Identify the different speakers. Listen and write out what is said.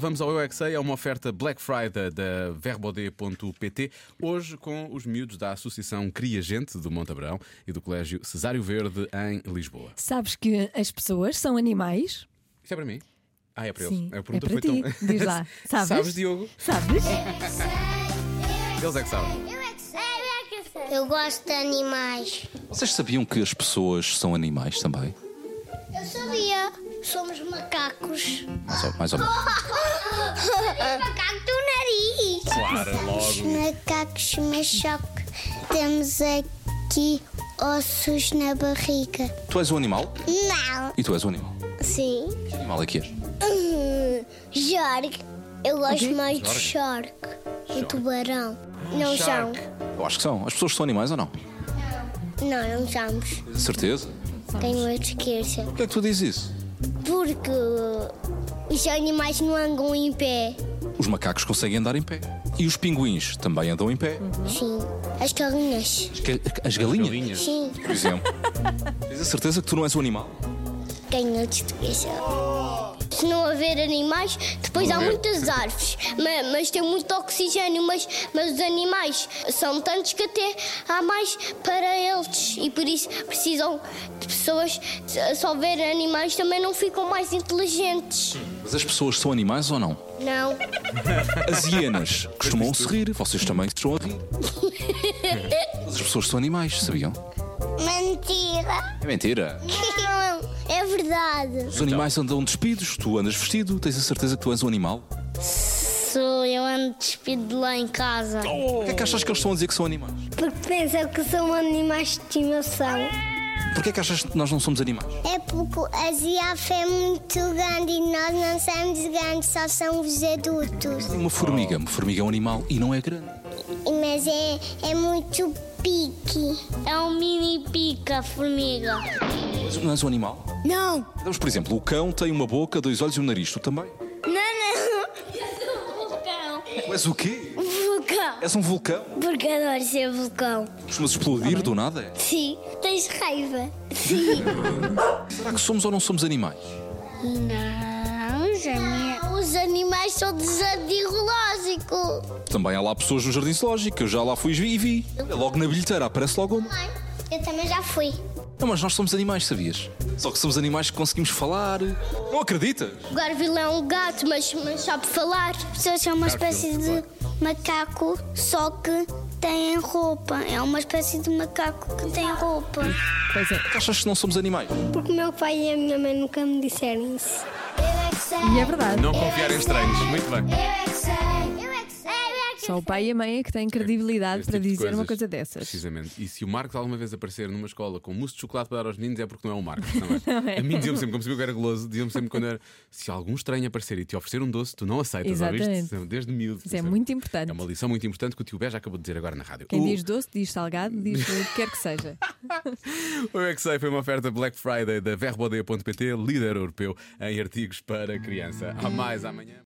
Speaker 1: Vamos ao UXA, é uma oferta Black Friday da verbod.pt, hoje com os miúdos da Associação Cria Gente do Monte Abrão e do Colégio Cesário Verde em Lisboa.
Speaker 2: Sabes que as pessoas são animais?
Speaker 1: Isto é para mim? Ah, é para
Speaker 2: Sim,
Speaker 1: eles. A
Speaker 2: é
Speaker 1: pergunta
Speaker 2: para
Speaker 1: foi
Speaker 2: ti.
Speaker 1: tão.
Speaker 2: Diz lá. Sabes?
Speaker 1: um. Diogo?
Speaker 2: Sabes?
Speaker 1: Eles é que sabem.
Speaker 3: Eu gosto de animais.
Speaker 4: Vocês sabiam que as pessoas são animais também?
Speaker 3: Eu sabia. Somos macacos.
Speaker 4: Mais ou, mais ou menos.
Speaker 3: macaco do nariz.
Speaker 1: Claro, é
Speaker 3: Os macacos, mas só que temos aqui ossos na barriga.
Speaker 4: Tu és um animal
Speaker 3: Não.
Speaker 4: e tu és um animal.
Speaker 3: Sim.
Speaker 4: Que animal é que és?
Speaker 3: Uhum. Jorge. Eu gosto mais de shark e tubarão.
Speaker 1: Um
Speaker 3: Não são.
Speaker 4: Eu acho que são. As pessoas são animais ou não?
Speaker 3: Não, não somos.
Speaker 4: Certeza.
Speaker 3: Tenho a esquerda.
Speaker 4: Porquê é que tu dizes isso?
Speaker 3: Porque os animais não andam em pé.
Speaker 4: Os macacos conseguem andar em pé. E os pinguins também andam em pé.
Speaker 3: Sim. As galinhas.
Speaker 4: As, ga- as galinhas,
Speaker 3: Sim.
Speaker 4: por exemplo. Tens a certeza que tu não és um animal?
Speaker 3: Ganhou de certeza. Se não haver animais, depois há muitas árvores, ma- mas, tem muito oxigênio. Mas, mas os animais são tantos que até há mais para eles. E por isso precisam de pessoas. Se se houver animais, também não ficam mais inteligentes.
Speaker 4: Mas as pessoas são animais ou não?
Speaker 3: Não.
Speaker 4: As hienas costumam se rir, vocês também estão a rir. Mas as pessoas são animais, sabiam?
Speaker 3: Mentira.
Speaker 4: É mentira.
Speaker 3: Não, é verdade.
Speaker 4: Os animais andam despidos, tu andas vestido, tens a certeza que tu és um animal?
Speaker 3: Sou eu ando despido lá em casa.
Speaker 4: Porquê é que achas que eles estão a dizer que são animais?
Speaker 3: Porque pensam que são animais de estimação.
Speaker 4: Porquê é que achas que nós não somos animais?
Speaker 3: É porque a girafa é muito grande e nós não somos grandes, só somos adultos.
Speaker 4: Uma formiga, uma formiga é um animal e não é grande.
Speaker 3: Mas é, é muito pique. É um mini pica, formiga.
Speaker 4: Mas não és um animal?
Speaker 3: Não,
Speaker 4: Damos, por exemplo, o cão tem uma boca, dois olhos e um nariz, tu também?
Speaker 3: não, não. é Eu sou um vulcão.
Speaker 4: Tu és o quê?
Speaker 3: Vulcão.
Speaker 4: És um vulcão?
Speaker 3: Porque adoro ser vulcão.
Speaker 4: Costumas explodir do nada? é.
Speaker 3: Sim. Tens raiva? Sim.
Speaker 4: Será que somos ou não somos animais?
Speaker 3: Não, é. já Os animais são desantirológicos.
Speaker 4: Também há lá pessoas no jardim zoológico, eu já lá fui e vi. É logo na bilheteira, aparece logo uma.
Speaker 3: Eu também já fui.
Speaker 4: Não, mas nós somos animais, sabias? Só que somos animais que conseguimos falar. Não acreditas?
Speaker 3: O Garville é um gato, mas, mas sabe falar. As pessoas são uma espécie de macaco, só que têm roupa. É uma espécie de macaco que tem roupa.
Speaker 2: Pois é.
Speaker 4: Que achas que não somos animais?
Speaker 3: Porque o meu pai e a minha mãe nunca me disseram isso.
Speaker 2: E é verdade.
Speaker 1: Não confiar em estranhos. Muito bem.
Speaker 3: é
Speaker 2: Só o pai e a mãe é que têm credibilidade
Speaker 1: Esse
Speaker 2: para
Speaker 1: tipo de
Speaker 2: dizer uma
Speaker 1: coisas.
Speaker 2: coisa dessas.
Speaker 1: Precisamente. E se o Marcos alguma vez aparecer numa escola com mousse de chocolate para dar aos meninos, é porque não é o Marcos. Não é? A mim diziam-me sempre, como sabia que eu era goloso, diziam-me sempre quando era. Se algum estranho aparecer e te oferecer um doce, tu não aceitas,
Speaker 2: Exatamente.
Speaker 1: ouviste? Desde miúdo.
Speaker 2: Isso é muito importante.
Speaker 1: É uma Uh. lição muito importante que o tio Bé já acabou de dizer agora na rádio.
Speaker 2: Quem
Speaker 1: O-
Speaker 2: diz doce, diz salgado, diz o que quer que seja.
Speaker 1: O XA É foi uma oferta Black Friday da verbodeia.pt, líder europeu em artigos para criança. Há mais amanhã.